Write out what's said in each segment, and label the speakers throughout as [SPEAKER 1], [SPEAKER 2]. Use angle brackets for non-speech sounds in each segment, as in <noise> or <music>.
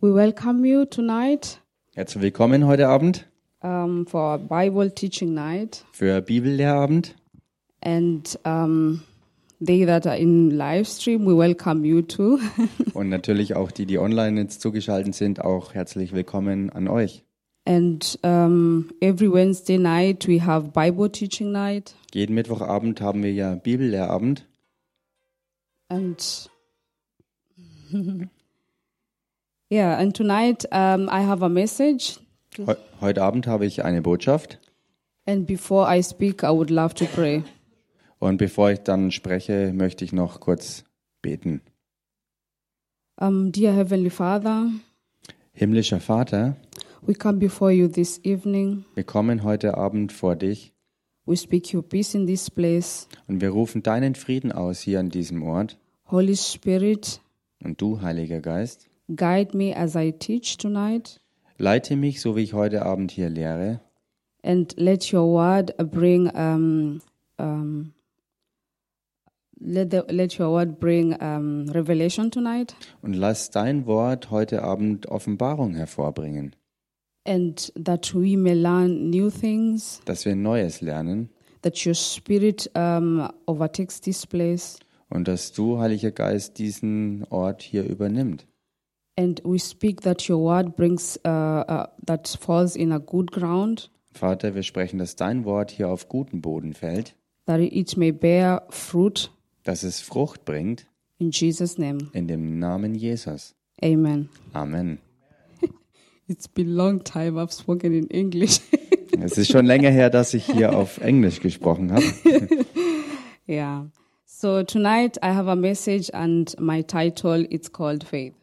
[SPEAKER 1] We welcome you tonight
[SPEAKER 2] Herzlich willkommen heute Abend
[SPEAKER 1] um, for our Bible teaching night.
[SPEAKER 2] für Bibellehrabend.
[SPEAKER 1] And um, they that are in live stream, we welcome you too. <laughs>
[SPEAKER 2] Und natürlich auch die, die online jetzt zugeschaltet sind, auch herzlich willkommen an euch.
[SPEAKER 1] and um, every Wednesday night, we have Bible teaching night.
[SPEAKER 2] Jeden Mittwochabend haben wir ja Bibellehrabend.
[SPEAKER 1] And <laughs> yeah, and tonight um, I have a message.
[SPEAKER 2] Heu heute Abend habe ich eine Botschaft.
[SPEAKER 1] And before I speak, I would love to pray.
[SPEAKER 2] Und bevor ich dann spreche, möchte ich noch kurz beten.
[SPEAKER 1] Um, dear Heavenly Father,
[SPEAKER 2] Himmlischer Vater,
[SPEAKER 1] we come before you this evening.
[SPEAKER 2] wir kommen heute Abend vor dich
[SPEAKER 1] We speak your peace in this place.
[SPEAKER 2] und wir rufen deinen Frieden aus hier an diesem Ort.
[SPEAKER 1] Holy Spirit,
[SPEAKER 2] Und du, Heiliger Geist,
[SPEAKER 1] guide me as I teach tonight.
[SPEAKER 2] leite mich, so wie ich heute Abend hier lehre.
[SPEAKER 1] And let your word bring, um, um, let, the, let your word bring um, revelation tonight.
[SPEAKER 2] Und lass dein Wort heute Abend Offenbarung hervorbringen,
[SPEAKER 1] And that we may learn new things.
[SPEAKER 2] dass wir Neues lernen
[SPEAKER 1] that your spirit um, overtakes this place
[SPEAKER 2] und dass du, Heiliger Geist, diesen Ort hier übernimmt.
[SPEAKER 1] and we speak that your word brings uh, uh, that falls in a good ground
[SPEAKER 2] Vater, wir sprechen, dass dein Wort hier auf guten Boden fällt,
[SPEAKER 1] that it may bear fruit
[SPEAKER 2] dass es Frucht bringt,
[SPEAKER 1] in jesus name
[SPEAKER 2] in dem Namen Jesus.
[SPEAKER 1] amen
[SPEAKER 2] Amen.
[SPEAKER 1] it's been long time i've spoken in english <laughs>
[SPEAKER 2] Es ist schon länger her, dass ich hier auf Englisch gesprochen habe.
[SPEAKER 1] yeah so tonight i have a message and my title it's called faith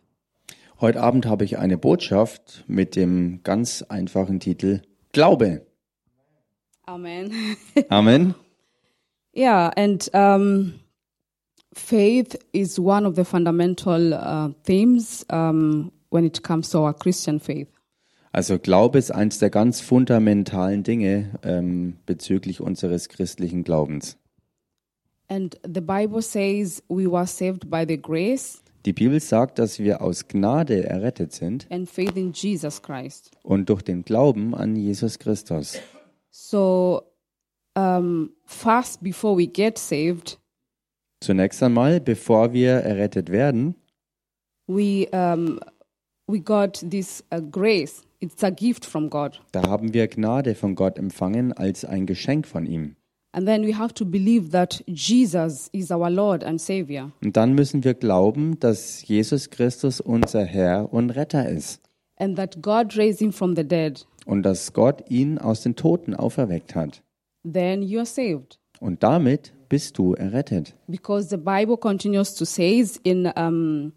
[SPEAKER 2] Heute Abend habe ich eine Botschaft mit dem ganz einfachen Titel Glaube.
[SPEAKER 1] amen
[SPEAKER 2] Amen.
[SPEAKER 1] <laughs> yeah and um, faith is one of the fundamental uh, themes um, when it comes to our christian faith
[SPEAKER 2] Also Glaube ist eines der ganz fundamentalen Dinge ähm, bezüglich unseres christlichen Glaubens.
[SPEAKER 1] And the Bible says we were saved by the grace
[SPEAKER 2] Die Bibel sagt, dass wir aus Gnade errettet sind
[SPEAKER 1] and faith in Jesus Christ.
[SPEAKER 2] und durch den Glauben an Jesus Christus.
[SPEAKER 1] So, um, first, before we get saved,
[SPEAKER 2] Zunächst einmal, bevor wir errettet werden,
[SPEAKER 1] we um, we got this uh, grace. It's a gift from God,
[SPEAKER 2] da haben wir Gnade von Gott empfangen als ein Geschenk von ihm.
[SPEAKER 1] and then we have to believe that Jesus is our Lord and Savior,
[SPEAKER 2] Und dann müssen wir glauben, dass Jesus Christus unser Herr und Retter ist
[SPEAKER 1] and that God raised Him from the dead.
[SPEAKER 2] und dass Gott ihn aus den Toten auferweckt hat.
[SPEAKER 1] Then you are saved,
[SPEAKER 2] Und damit bist du errettet.
[SPEAKER 1] because the Bible continues to says in um,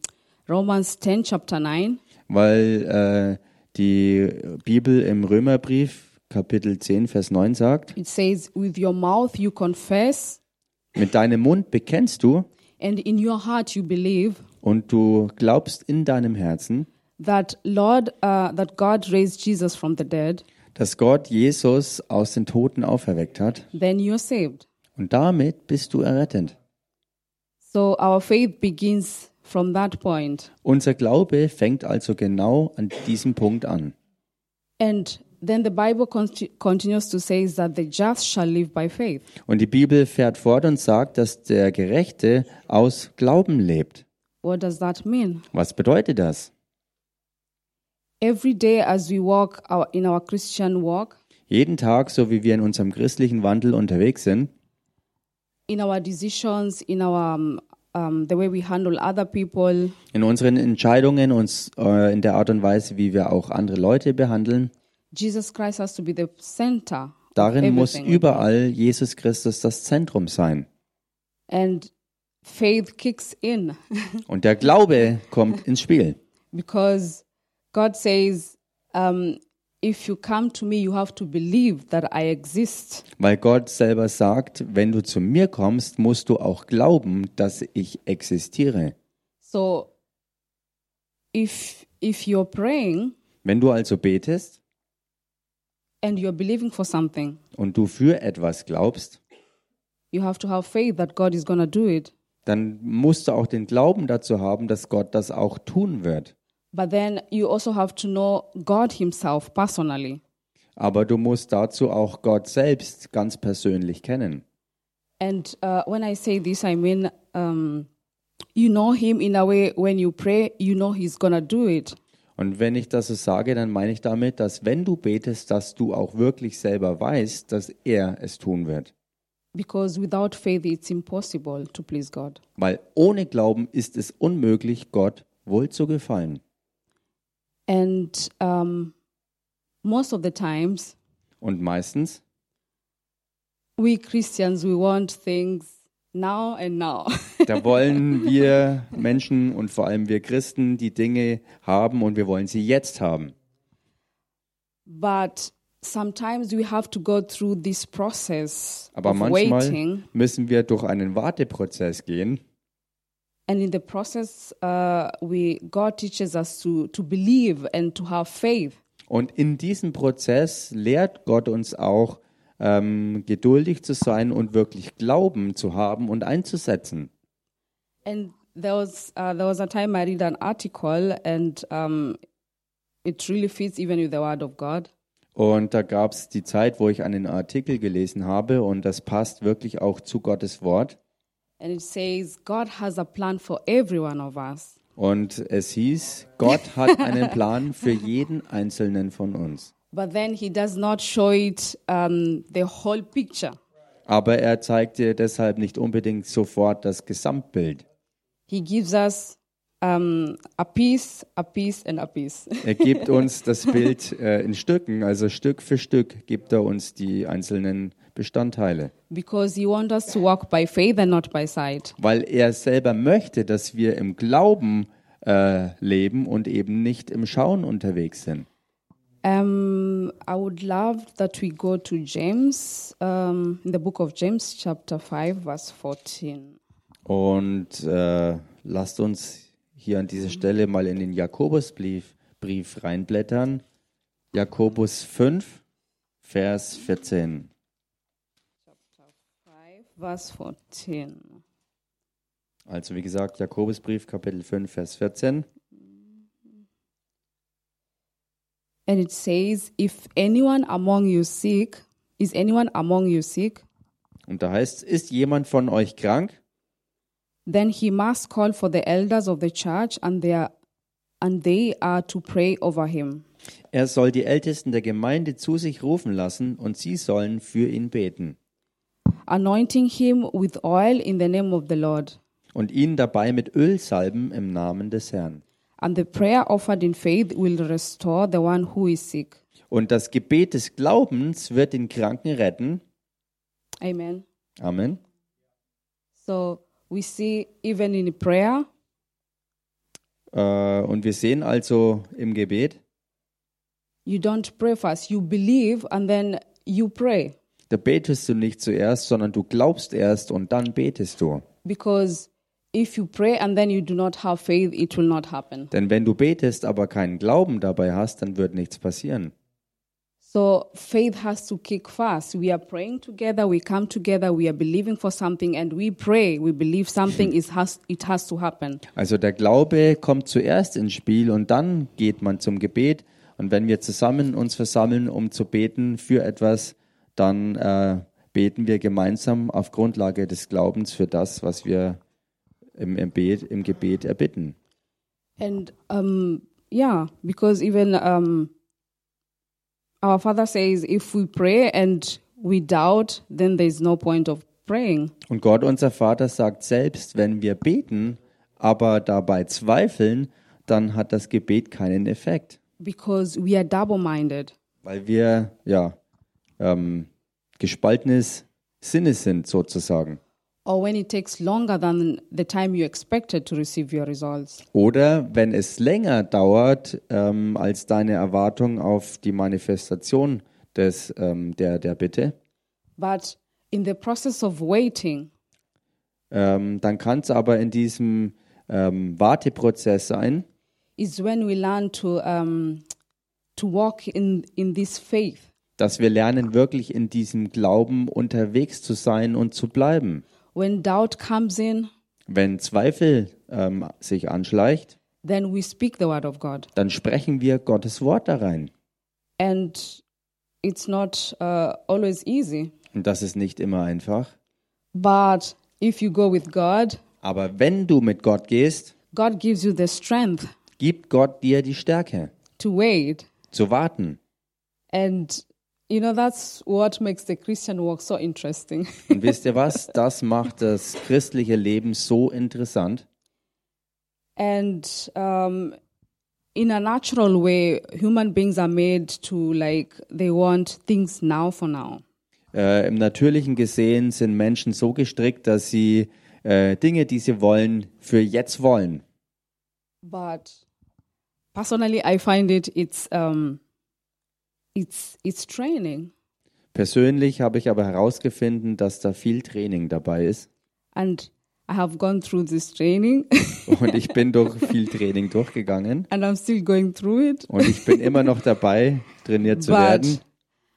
[SPEAKER 1] Romans ten chapter nine.
[SPEAKER 2] weil äh, die Bibel im Römerbrief Kapitel 10, Vers 9 sagt,
[SPEAKER 1] It says, "With your mouth you confess."
[SPEAKER 2] mit deinem Mund bekennst du
[SPEAKER 1] and in your heart you believe
[SPEAKER 2] und du glaubst in deinem Herzen,
[SPEAKER 1] that Lord, uh, that God raised Jesus from the dead,
[SPEAKER 2] dass Gott Jesus aus den Toten auferweckt hat
[SPEAKER 1] then you're saved.
[SPEAKER 2] und damit bist du errettet.
[SPEAKER 1] So our faith begins from that point.
[SPEAKER 2] Unser Glaube fängt also genau an diesem Punkt an.
[SPEAKER 1] And then the Bible conti- continues to say that the just shall live by faith.
[SPEAKER 2] Und die Bibel fährt fort und sagt, dass der Gerechte aus Glauben lebt.
[SPEAKER 1] What does that mean?
[SPEAKER 2] Was bedeutet das?
[SPEAKER 1] Every day as we walk our, in our Christian walk,
[SPEAKER 2] Jeden Tag, so wie wir in unserem christlichen Wandel unterwegs sind,
[SPEAKER 1] in our decisions, in our um, um, the way we handle other people,
[SPEAKER 2] in unseren Entscheidungen und äh, in der Art und Weise, wie wir auch andere Leute behandeln.
[SPEAKER 1] Jesus Christ has to be the center.
[SPEAKER 2] Darin
[SPEAKER 1] of
[SPEAKER 2] muss
[SPEAKER 1] everything.
[SPEAKER 2] überall Jesus Christus das Zentrum sein.
[SPEAKER 1] and faith kicks in. <laughs>
[SPEAKER 2] Und der Glaube kommt ins Spiel,
[SPEAKER 1] because God says, um, if you come to me, you have to believe that I exist.
[SPEAKER 2] weil Gott selber sagt, wenn du zu mir kommst, musst du auch glauben, dass ich existiere.
[SPEAKER 1] So if if you're praying
[SPEAKER 2] Wenn du also betest
[SPEAKER 1] and you're believing for something,
[SPEAKER 2] und du für etwas glaubst,
[SPEAKER 1] you have to have faith that God is going to do it.
[SPEAKER 2] dann musst du auch den Glauben dazu haben, dass Gott das auch tun wird.
[SPEAKER 1] But then you also have to know God Himself personally.
[SPEAKER 2] Aber du musst dazu auch Gott selbst ganz persönlich kennen.
[SPEAKER 1] And uh, when I say this, I mean um, you know Him in a way when you pray, you know He's going to do it.
[SPEAKER 2] Und wenn ich das so sage, dann meine ich damit, dass wenn du betest, dass du auch wirklich selber weißt, dass er es tun wird.
[SPEAKER 1] Because without faith, it's impossible to please God.
[SPEAKER 2] Weil ohne Glauben ist es unmöglich, Gott wohl zu gefallen.
[SPEAKER 1] And um, most of the times,
[SPEAKER 2] Und meistens
[SPEAKER 1] we Christians, we want things now and now. <laughs>
[SPEAKER 2] Da wollen wir Menschen und vor allem wir Christen die Dinge haben und wir wollen sie jetzt haben.
[SPEAKER 1] but sometimes we have to go through this process
[SPEAKER 2] Aber
[SPEAKER 1] of
[SPEAKER 2] manchmal
[SPEAKER 1] waiting.
[SPEAKER 2] müssen wir durch einen Warteprozess gehen
[SPEAKER 1] And in the process, uh, we God teaches us to, to believe and to have faith.
[SPEAKER 2] und in diesem Prozess lehrt Gott uns auch, ähm, geduldig zu sein und wirklich Glauben zu haben und einzusetzen.
[SPEAKER 1] And there was uh, there was a time I read an article, and um, it really fits even with the Word of God.
[SPEAKER 2] Und da gab es die Zeit, wo ich einen Artikel gelesen habe und das passt wirklich auch zu Gottes Wort.
[SPEAKER 1] And it says God has a plan for every one of us.
[SPEAKER 2] Und es hieß, Gott hat einen Plan für jeden einzelnen von uns.
[SPEAKER 1] But then he does not show it um, the whole picture.
[SPEAKER 2] Aber er zeigt dir deshalb nicht unbedingt sofort das Gesamtbild.
[SPEAKER 1] He gives us um, a piece, a piece, and a piece. <laughs>
[SPEAKER 2] Er gibt uns das Bild äh, in Stücken, also Stück für Stück gibt er uns die einzelnen Bestandteile,
[SPEAKER 1] because he wants us to walk by faith and not by sight.
[SPEAKER 2] weil er selber möchte, dass wir im Glauben äh, leben und eben nicht im Schauen unterwegs sind.
[SPEAKER 1] Um, I would love that we go to James, um, in the book of James, chapter 5, verse 14.
[SPEAKER 2] Und äh, lasst uns hier an dieser Stelle mal in den Jakobusbrief Brief reinblättern. Jakobus 5, Vers 14.
[SPEAKER 1] 5, verse 14.
[SPEAKER 2] Also wie gesagt, Jakobusbrief Kapitel 5, Vers 14.
[SPEAKER 1] And it says, If anyone among you sick, is anyone among you sick?
[SPEAKER 2] Und da heißt es, ist jemand von euch krank,
[SPEAKER 1] Then he must call for the elders of the church, and they are, and they are to pray over him.
[SPEAKER 2] er soll die Ältesten der Gemeinde zu sich rufen lassen und sie sollen für ihn beten
[SPEAKER 1] anointing him with oil in the name of the Lord.
[SPEAKER 2] und ihn dabei mit Öl salben im Namen des Herrn.
[SPEAKER 1] And the prayer offered in faith will restore the one who is sick.
[SPEAKER 2] Und das Gebet des Glaubens wird den Kranken retten.
[SPEAKER 1] Amen.
[SPEAKER 2] Amen.
[SPEAKER 1] So we see even in prayer,
[SPEAKER 2] Äh, und wir sehen also im Gebet,
[SPEAKER 1] you don't pray first, you believe and then you pray
[SPEAKER 2] da betest du nicht zuerst, sondern du glaubst erst und dann betest du.
[SPEAKER 1] because if you pray and then you do not have faith, it will not happen.
[SPEAKER 2] Denn wenn du betest, aber keinen Glauben dabei hast, dann wird nichts passieren.
[SPEAKER 1] So faith has to kick first. We are praying together, we come together, we are believing for something and we pray, we believe something is has it has to happen.
[SPEAKER 2] Also der Glaube kommt zuerst ins Spiel und dann geht man zum Gebet. Und wenn wir zusammen uns versammeln, um zu beten für etwas, dann äh, beten wir gemeinsam auf Grundlage des Glaubens für das, was wir im, im, Bet, im Gebet erbitten.
[SPEAKER 1] And um, yeah, because even um, our Father says if we pray and we doubt, then there's no point of praying.
[SPEAKER 2] Und Gott, unser Vater, sagt selbst, wenn wir beten, aber dabei zweifeln, dann hat das Gebet keinen Effekt,
[SPEAKER 1] Because we are double minded.
[SPEAKER 2] weil wir ja ähm, gespaltenes Sinnes sind sozusagen.
[SPEAKER 1] Or when it takes longer than the time you expected to receive your results.
[SPEAKER 2] Oder wenn es länger dauert ähm, als deine Erwartung auf die Manifestation des, ähm, der, der Bitte,
[SPEAKER 1] But in the process of waiting,
[SPEAKER 2] ähm, dann kann es aber in diesem ähm, Warteprozess sein,
[SPEAKER 1] is when we learn to, um, to walk in, in this faith.
[SPEAKER 2] dass wir lernen, wirklich in diesem Glauben unterwegs zu sein und zu bleiben.
[SPEAKER 1] When doubt comes in,
[SPEAKER 2] Wenn Zweifel ähm, sich anschleicht,
[SPEAKER 1] then we speak the word of God.
[SPEAKER 2] Dann sprechen wir Gottes Wort da rein.
[SPEAKER 1] And it's not uh, always easy.
[SPEAKER 2] Und das ist nicht immer einfach.
[SPEAKER 1] But if you go with God,
[SPEAKER 2] Aber wenn du mit Gott gehst,
[SPEAKER 1] God gives you the strength
[SPEAKER 2] gibt Gott dir die Stärke
[SPEAKER 1] to wait.
[SPEAKER 2] zu warten.
[SPEAKER 1] And, you know, that's what makes the Christian walk so interesting. <laughs>
[SPEAKER 2] Und wisst ihr was? Das macht das christliche Leben so interessant.
[SPEAKER 1] and um, in a natural way, human beings are made to like, they want things now for now.
[SPEAKER 2] Äh, Im natürlichen gesehen sind Menschen so gestrickt, dass sie äh, Dinge, die sie wollen, für jetzt wollen.
[SPEAKER 1] But personally, I find it, it's, um, it's, it's training.
[SPEAKER 2] Persönlich habe ich aber herausgefunden, dass da viel Training dabei ist.
[SPEAKER 1] And I have gone through this training <laughs>
[SPEAKER 2] Und ich bin durch viel Training durchgegangen.
[SPEAKER 1] and I'm still going through it.
[SPEAKER 2] Und ich bin immer noch dabei, trainiert zu
[SPEAKER 1] But
[SPEAKER 2] werden.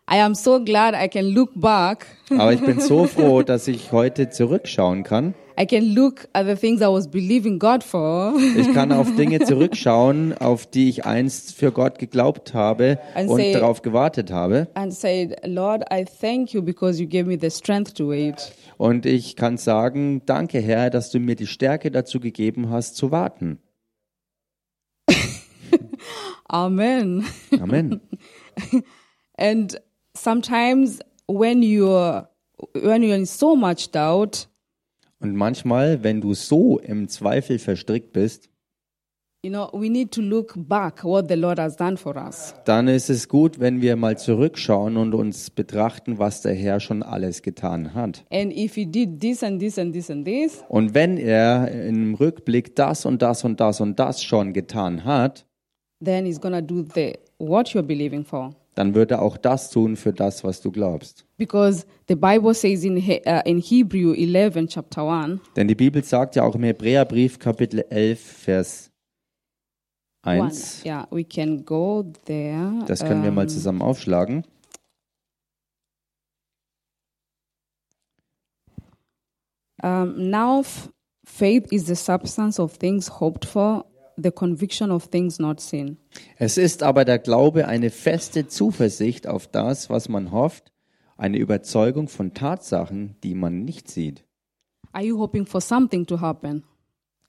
[SPEAKER 1] I am so glad I can look back.
[SPEAKER 2] Aber ich bin so froh, dass ich heute zurückschauen kann.
[SPEAKER 1] I can look at the things I was believing God for <laughs>
[SPEAKER 2] Ich kann auf Dinge zurückschauen, auf die ich einst für Gott geglaubt habe
[SPEAKER 1] And
[SPEAKER 2] und
[SPEAKER 1] say-
[SPEAKER 2] darauf gewartet habe.
[SPEAKER 1] and said, Lord, I thank you because you gave me the strength to wait.
[SPEAKER 2] Und ich kann sagen, danke Herr, dass du mir die Stärke dazu gegeben hast, zu warten.
[SPEAKER 1] Amen. <laughs>
[SPEAKER 2] Amen.
[SPEAKER 1] And sometimes when you're when you're in so much doubt,
[SPEAKER 2] Und manchmal, wenn du so im Zweifel verstrickt bist,
[SPEAKER 1] you know, we need to look back what the Lord has done for us.
[SPEAKER 2] dann ist es gut, wenn wir mal zurückschauen und uns betrachten, was der Herr schon alles getan hat.
[SPEAKER 1] And if he did this and this and this and this,
[SPEAKER 2] Und wenn er im Rückblick das und das und das und das schon getan hat,
[SPEAKER 1] then he's gonna do the what you're believing for.
[SPEAKER 2] dann wird er auch das tun für das, was du glaubst.
[SPEAKER 1] Because the Bible says in He- uh, in Hebrew 11 chapter 1,
[SPEAKER 2] Denn die Bibel sagt ja auch im Hebräerbrief Kapitel 11 Vers 1.
[SPEAKER 1] Yeah, we can go there.
[SPEAKER 2] Das können wir mal
[SPEAKER 1] Um,
[SPEAKER 2] zusammen aufschlagen.
[SPEAKER 1] um, now, f- faith is the substance of things hoped for, the conviction of things not seen.
[SPEAKER 2] Es ist aber der Glaube eine feste Zuversicht auf das, was man hofft, eine Überzeugung von Tatsachen, die man nicht sieht.
[SPEAKER 1] Are you hoping for something to happen?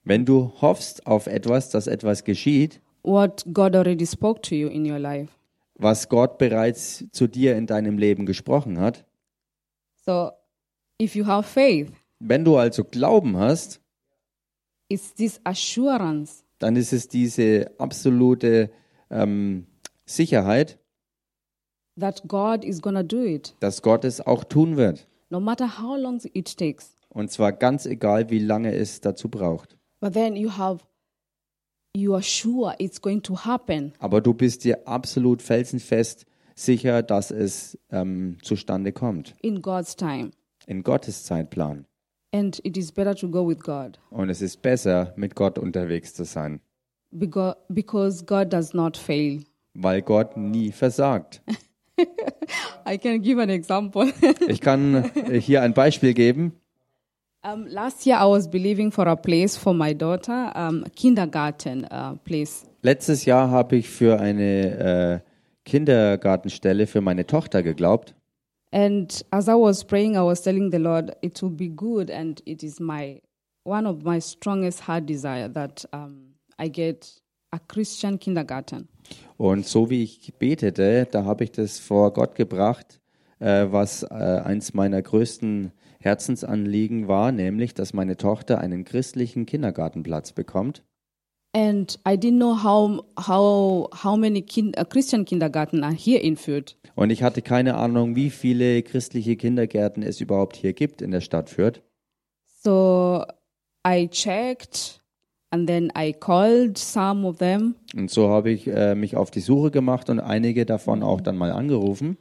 [SPEAKER 2] Wenn du hoffst auf etwas, dass etwas geschieht,
[SPEAKER 1] What God already spoke to you in your life.
[SPEAKER 2] was Gott bereits zu dir in deinem Leben gesprochen hat,
[SPEAKER 1] So, if you have faith,
[SPEAKER 2] wenn du also Glauben hast,
[SPEAKER 1] it's this assurance
[SPEAKER 2] dann ist es diese absolute ähm, Sicherheit,
[SPEAKER 1] that God is going to do it,
[SPEAKER 2] dass Gott es auch tun wird.
[SPEAKER 1] no matter how long it takes.
[SPEAKER 2] Und zwar ganz egal, wie lange es dazu braucht.
[SPEAKER 1] But then you have, you are sure it's going to happen.
[SPEAKER 2] Aber du bist dir absolut felsenfest sicher, dass es ähm, zustande kommt.
[SPEAKER 1] in God's time.
[SPEAKER 2] In Gottes Zeitplan.
[SPEAKER 1] And it is better to go with God
[SPEAKER 2] Und es ist besser, mit Gott unterwegs zu sein,
[SPEAKER 1] beca- because God does not fail.
[SPEAKER 2] weil Gott nie versagt.
[SPEAKER 1] I can give an example. <laughs>
[SPEAKER 2] Ich kann äh, hier ein Beispiel geben.
[SPEAKER 1] um, last year, I was believing for a place for my daughter, um, a kindergarten uh, place.
[SPEAKER 2] Letztes Jahr habe ich für eine äh, Kindergartenstelle für meine Tochter geglaubt.
[SPEAKER 1] And as I was praying, I was telling the Lord, it will be good. And it is my one of my strongest heart desire that um, I get a Christian kindergarten.
[SPEAKER 2] Und so wie ich betete, da habe ich das vor Gott gebracht, äh, was äh, eins meiner größten Herzensanliegen war, nämlich, dass meine Tochter einen christlichen Kindergartenplatz bekommt.
[SPEAKER 1] And I didn't know how how how many kin- uh, Christian kindergarten are here in Fürth.
[SPEAKER 2] Und ich hatte keine Ahnung, wie viele christliche Kindergärten es überhaupt hier gibt in der Stadt Fürth.
[SPEAKER 1] So I checked and then I called some of them
[SPEAKER 2] Und so habe ich äh, mich auf die Suche gemacht und einige davon auch dann mal angerufen.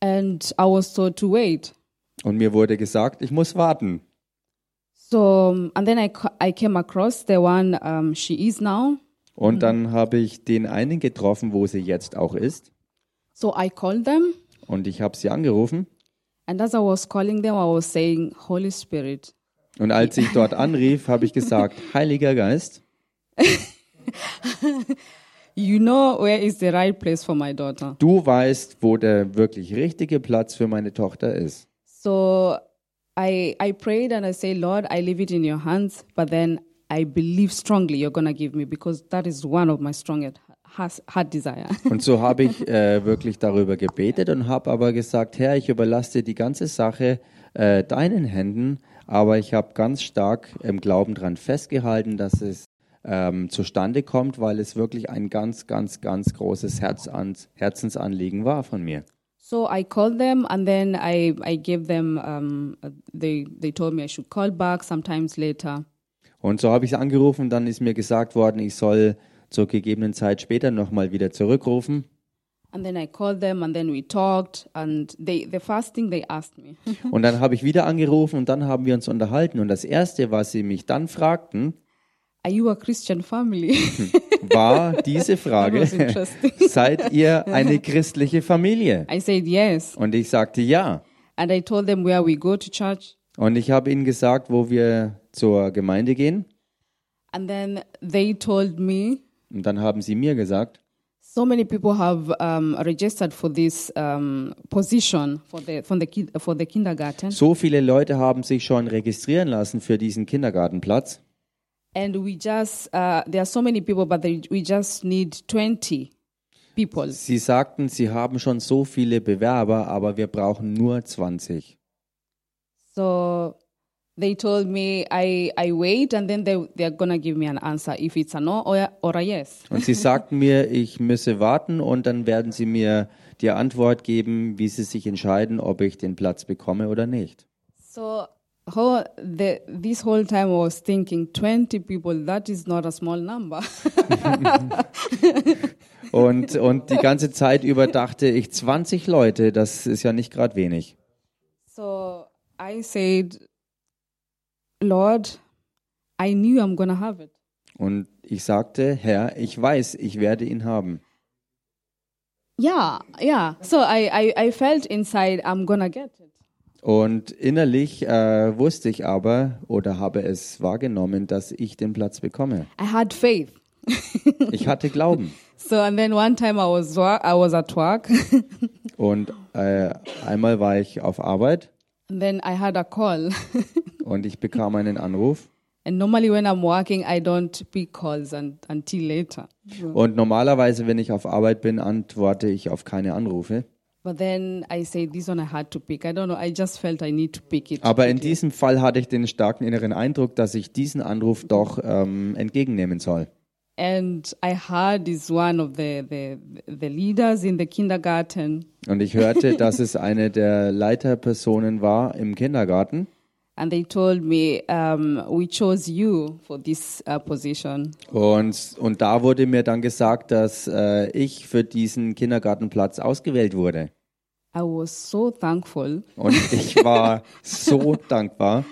[SPEAKER 1] and I was told to wait.
[SPEAKER 2] Und mir wurde gesagt, ich muss warten.
[SPEAKER 1] So, um, and then I, ca- I came across the one um, she is now.
[SPEAKER 2] Und dann habe ich den einen getroffen, wo sie jetzt auch ist.
[SPEAKER 1] So I called them.
[SPEAKER 2] Und ich habe sie angerufen.
[SPEAKER 1] And as I was calling them, I was saying, Holy Spirit,
[SPEAKER 2] Und als ich dort anrief, habe ich gesagt, Heiliger Geist,
[SPEAKER 1] You know where is the right place for my daughter.
[SPEAKER 2] Du weißt, wo der wirklich richtige Platz für meine Tochter ist.
[SPEAKER 1] So I I prayed and I say, Lord, I leave it in your hands, but then I believe strongly you're gonna give me because that is one of my strongest has, heart desire. <laughs>
[SPEAKER 2] Und so habe ich äh, wirklich darüber gebetet und habe aber gesagt, Herr, ich überlasse dir die ganze Sache äh, deinen Händen, aber ich habe ganz stark im Glauben dran festgehalten, dass es ähm, zustande kommt, weil es wirklich ein ganz, ganz, ganz großes Herz ans, Herzensanliegen war von mir.
[SPEAKER 1] so I called them and then I I gave them um they they told me I should call back sometimes later.
[SPEAKER 2] Und so habe ich angerufen, dann ist mir gesagt worden, ich soll zur gegebenen Zeit später nochmal wieder zurückrufen.
[SPEAKER 1] And then I called them and then we talked and they the first thing they asked me
[SPEAKER 2] Und dann habe ich wieder angerufen und dann haben wir uns unterhalten. Und das Erste, was sie mich dann fragten,
[SPEAKER 1] Are you a Christian family? <laughs>
[SPEAKER 2] war diese Frage,
[SPEAKER 1] That was interesting.
[SPEAKER 2] <laughs> seid ihr eine christliche Familie?
[SPEAKER 1] I said yes.
[SPEAKER 2] Und ich sagte ja.
[SPEAKER 1] And I told them where we go to church.
[SPEAKER 2] Und ich habe ihnen gesagt, wo wir zur Gemeinde gehen.
[SPEAKER 1] And then they told me
[SPEAKER 2] Und dann haben sie mir gesagt,
[SPEAKER 1] so many people have um, registered for this um, position for the, from the kid, for the kindergarten,
[SPEAKER 2] so viele Leute haben sich schon registrieren lassen für diesen Kindergartenplatz.
[SPEAKER 1] and we just uh, there are so many people, but they, we just need twenty people.
[SPEAKER 2] Sie sagten, sie haben schon so viele Bewerber, aber wir brauchen nur 20.
[SPEAKER 1] So they told me I, I wait, and then they they are gonna give me an answer if it's a no or a, or a yes.
[SPEAKER 2] Und sie sagten mir, ich müsse warten und dann werden sie mir die Antwort geben, wie sie sich entscheiden, ob ich den Platz bekomme oder nicht.
[SPEAKER 1] So. Whole, the, this whole time I was thinking 20 people, that is not a small number. <laughs>
[SPEAKER 2] Und, und die ganze Zeit über dachte ich, 20 Leute, das ist ja nicht gerade wenig.
[SPEAKER 1] So I said, Lord, I knew I'm going to have it.
[SPEAKER 2] Und ich sagte, Herr, ich weiß, ich werde ihn haben.
[SPEAKER 1] Yeah, yeah. So I, I, I felt inside, I'm going to get it.
[SPEAKER 2] Und innerlich äh, wusste ich aber oder habe es wahrgenommen, dass ich den Platz bekomme.
[SPEAKER 1] I had faith.
[SPEAKER 2] Ich hatte Glauben.
[SPEAKER 1] So, and then one time I was, wa- I was at work, <laughs>
[SPEAKER 2] Und äh, einmal war ich auf Arbeit
[SPEAKER 1] and then I had a call. <laughs>
[SPEAKER 2] und ich bekam einen Anruf.
[SPEAKER 1] and normally when I'm working, I don't pick calls un until later.
[SPEAKER 2] Und normalerweise, wenn ich auf Arbeit bin, antworte ich auf keine Anrufe.
[SPEAKER 1] But then I said, this one I had to pick. I don't know. I just felt I need to pick it.
[SPEAKER 2] Aber Ah, in diesem Fall hatte ich den starken inneren Eindruck, dass ich diesen Anruf doch ähm, entgegennehmen soll.
[SPEAKER 1] and I heard is one of the, the, the leaders in the kindergarten.
[SPEAKER 2] Und ich hörte, dass es eine der Leiterpersonen war im Kindergarten.
[SPEAKER 1] And they told me, um, we chose you for this uh, position.
[SPEAKER 2] Und, und da wurde mir dann gesagt, dass äh, ich für diesen Kindergartenplatz ausgewählt wurde.
[SPEAKER 1] I was so thankful.
[SPEAKER 2] Und ich war so dankbar.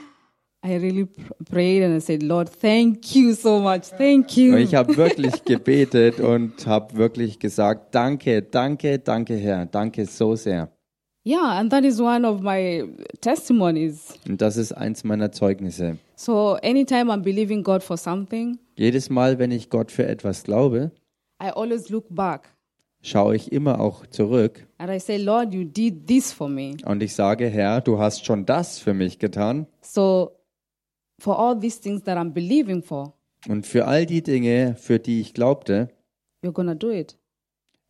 [SPEAKER 1] I really pr- prayed and I said, Lord, thank you so much. Thank
[SPEAKER 2] Und
[SPEAKER 1] you.
[SPEAKER 2] ich habe wirklich gebetet und habe wirklich gesagt, danke, danke, danke Herr, danke so sehr.
[SPEAKER 1] Yeah, and that is one of my testimonies.
[SPEAKER 2] Und das ist eins meiner Zeugnisse.
[SPEAKER 1] So anytime I'm believing God for something,
[SPEAKER 2] Jedes Mal, wenn ich Gott für etwas glaube,
[SPEAKER 1] I always look back
[SPEAKER 2] schaue ich immer auch zurück
[SPEAKER 1] and I say, Lord, you did this for me.
[SPEAKER 2] und ich sage, Herr, du hast schon das für mich getan.
[SPEAKER 1] So for all these things that I'm believing for,
[SPEAKER 2] Und für all die Dinge, für die ich glaubte,
[SPEAKER 1] you're going to do it.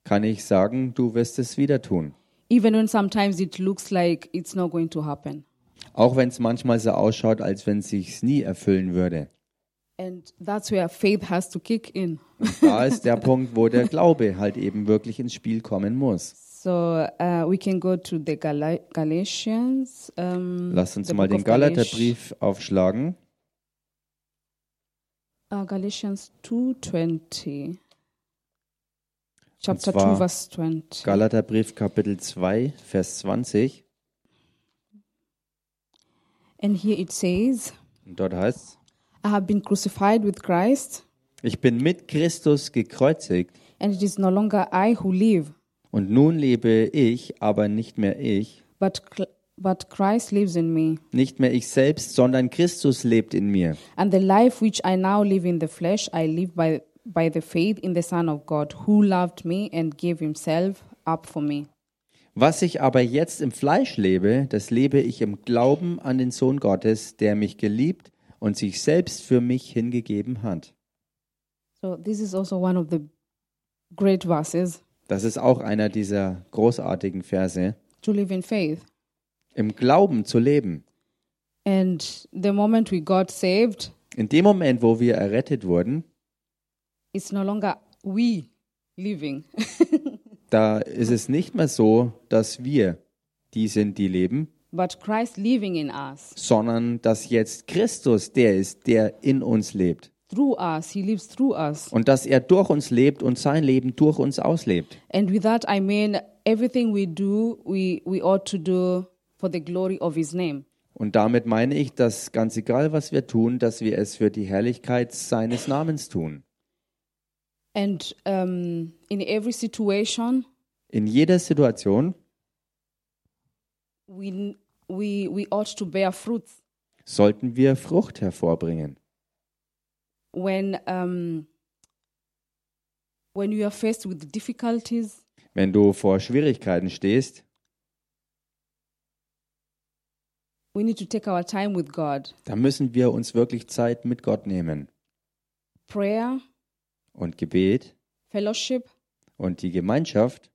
[SPEAKER 2] kann ich sagen, du wirst es wieder tun.
[SPEAKER 1] Even when sometimes it looks like it's not going to happen.
[SPEAKER 2] Auch wenn es manchmal so ausschaut, als wenn es sich nie erfüllen würde.
[SPEAKER 1] And that's where faith has to kick in.
[SPEAKER 2] Da ist der Punkt, wo der Glaube halt eben wirklich ins Spiel kommen muss.
[SPEAKER 1] So uh, we can go to the Gala- Galatians. Um,
[SPEAKER 2] Lasst uns
[SPEAKER 1] the
[SPEAKER 2] mal
[SPEAKER 1] book
[SPEAKER 2] den
[SPEAKER 1] of Galatia-
[SPEAKER 2] Galaterbrief aufschlagen.
[SPEAKER 1] Uh, Galatians 2.20. Chapter
[SPEAKER 2] zwar
[SPEAKER 1] 2, verse 20.
[SPEAKER 2] Galaterbrief Kapitel 2, Vers 20.
[SPEAKER 1] and here it says,
[SPEAKER 2] Und dort heißt es,
[SPEAKER 1] I have been crucified with Christ,
[SPEAKER 2] ich bin mit Christus gekreuzigt
[SPEAKER 1] and it is no longer I who live,
[SPEAKER 2] und nun lebe ich, aber nicht mehr ich,
[SPEAKER 1] but, Cl- but Christ lives in me.
[SPEAKER 2] nicht mehr ich selbst, sondern Christus lebt in mir.
[SPEAKER 1] And the life which I now live in the flesh, I live by by the faith in the Son of God, who loved me and gave himself up for me.
[SPEAKER 2] Was ich aber jetzt im Fleisch lebe, das lebe ich im Glauben an den Sohn Gottes, der mich geliebt und sich selbst für mich hingegeben hat.
[SPEAKER 1] So, this is also one of the great verses
[SPEAKER 2] Das ist auch einer dieser großartigen Verse.
[SPEAKER 1] to live in faith.
[SPEAKER 2] Im Glauben zu leben.
[SPEAKER 1] And the moment we got saved,
[SPEAKER 2] In dem Moment, wo wir errettet wurden,
[SPEAKER 1] it's no longer we living. <laughs>
[SPEAKER 2] da ist es nicht mehr so, dass wir die sind, die leben,
[SPEAKER 1] but Christ living in us.
[SPEAKER 2] sondern dass jetzt Christus der ist, der in uns lebt.
[SPEAKER 1] Through us, He lives through us.
[SPEAKER 2] Und dass er durch uns lebt und sein Leben durch uns auslebt.
[SPEAKER 1] And with that, I mean everything we do, we, we ought to do for the glory of His name.
[SPEAKER 2] Und damit meine ich, dass ganz egal, was wir tun, dass wir es für die Herrlichkeit seines Namens tun.
[SPEAKER 1] And um, in every situation,
[SPEAKER 2] In jeder Situation
[SPEAKER 1] we, we, we ought to bear fruits.
[SPEAKER 2] sollten wir Frucht hervorbringen.
[SPEAKER 1] When, um, when you are faced with difficulties,
[SPEAKER 2] Wenn du vor Schwierigkeiten stehst,
[SPEAKER 1] we need to take our time with God.
[SPEAKER 2] dann müssen wir uns wirklich Zeit mit Gott nehmen.
[SPEAKER 1] Prayer,
[SPEAKER 2] Und Gebet
[SPEAKER 1] fellowship,
[SPEAKER 2] und die Gemeinschaft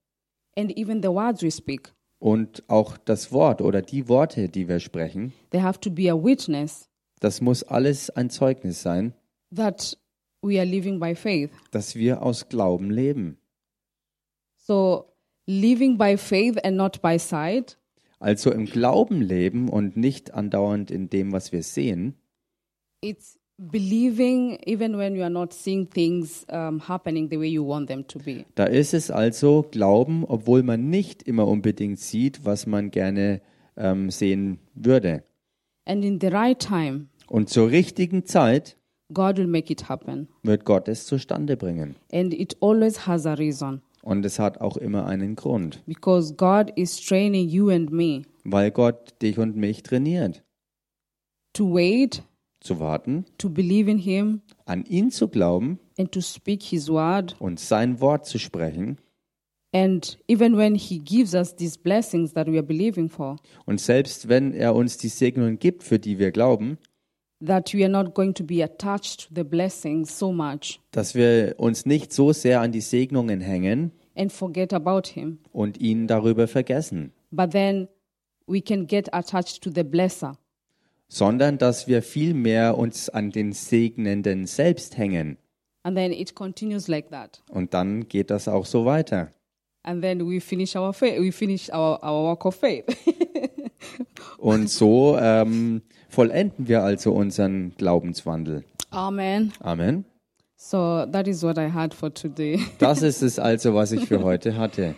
[SPEAKER 1] and even the words we speak.
[SPEAKER 2] und auch das Wort oder die Worte, die wir sprechen,
[SPEAKER 1] They have to be a witness
[SPEAKER 2] das muss alles ein Zeugnis sein,
[SPEAKER 1] that we are living by faith.
[SPEAKER 2] dass wir aus Glauben leben.
[SPEAKER 1] So, living by faith and not by sight
[SPEAKER 2] Also im Glauben leben und nicht andauernd in dem, was wir sehen,
[SPEAKER 1] it's believing even when you are not seeing things um, happening the way you want them to be
[SPEAKER 2] Da ist es also Glauben, obwohl man nicht immer unbedingt sieht, was man gerne ähm, sehen würde.
[SPEAKER 1] and in the right time
[SPEAKER 2] Und zur richtigen Zeit
[SPEAKER 1] god will make it happen
[SPEAKER 2] wird Gott es zustande bringen.
[SPEAKER 1] and it always has a reason
[SPEAKER 2] Und es hat auch immer einen Grund,
[SPEAKER 1] because god is training you and me
[SPEAKER 2] weil Gott dich und mich trainiert,
[SPEAKER 1] to wait
[SPEAKER 2] zu warten,
[SPEAKER 1] to believe in him
[SPEAKER 2] an ihn zu glauben
[SPEAKER 1] and to speak his word
[SPEAKER 2] und sein Wort zu sprechen.
[SPEAKER 1] and even when he gives us these blessings that we are believing for
[SPEAKER 2] Und selbst wenn er uns die Segnungen gibt, für die wir glauben,
[SPEAKER 1] that we are not going to be attached to the blessings so much
[SPEAKER 2] dass wir uns nicht so sehr an die Segnungen hängen
[SPEAKER 1] and forget about him
[SPEAKER 2] und ihn darüber vergessen.
[SPEAKER 1] but then we can get attached to the blesser.
[SPEAKER 2] sondern dass wir vielmehr uns an den Segnenden selbst hängen.
[SPEAKER 1] And then it continues like that.
[SPEAKER 2] Und dann geht das auch so weiter.
[SPEAKER 1] And then we finish our faith, we finish our, our work of faith.
[SPEAKER 2] Und so ähm, vollenden wir also unseren Glaubenswandel.
[SPEAKER 1] Amen.
[SPEAKER 2] Amen.
[SPEAKER 1] So that is what I had for today. <laughs>
[SPEAKER 2] Das ist es also, was ich für heute hatte.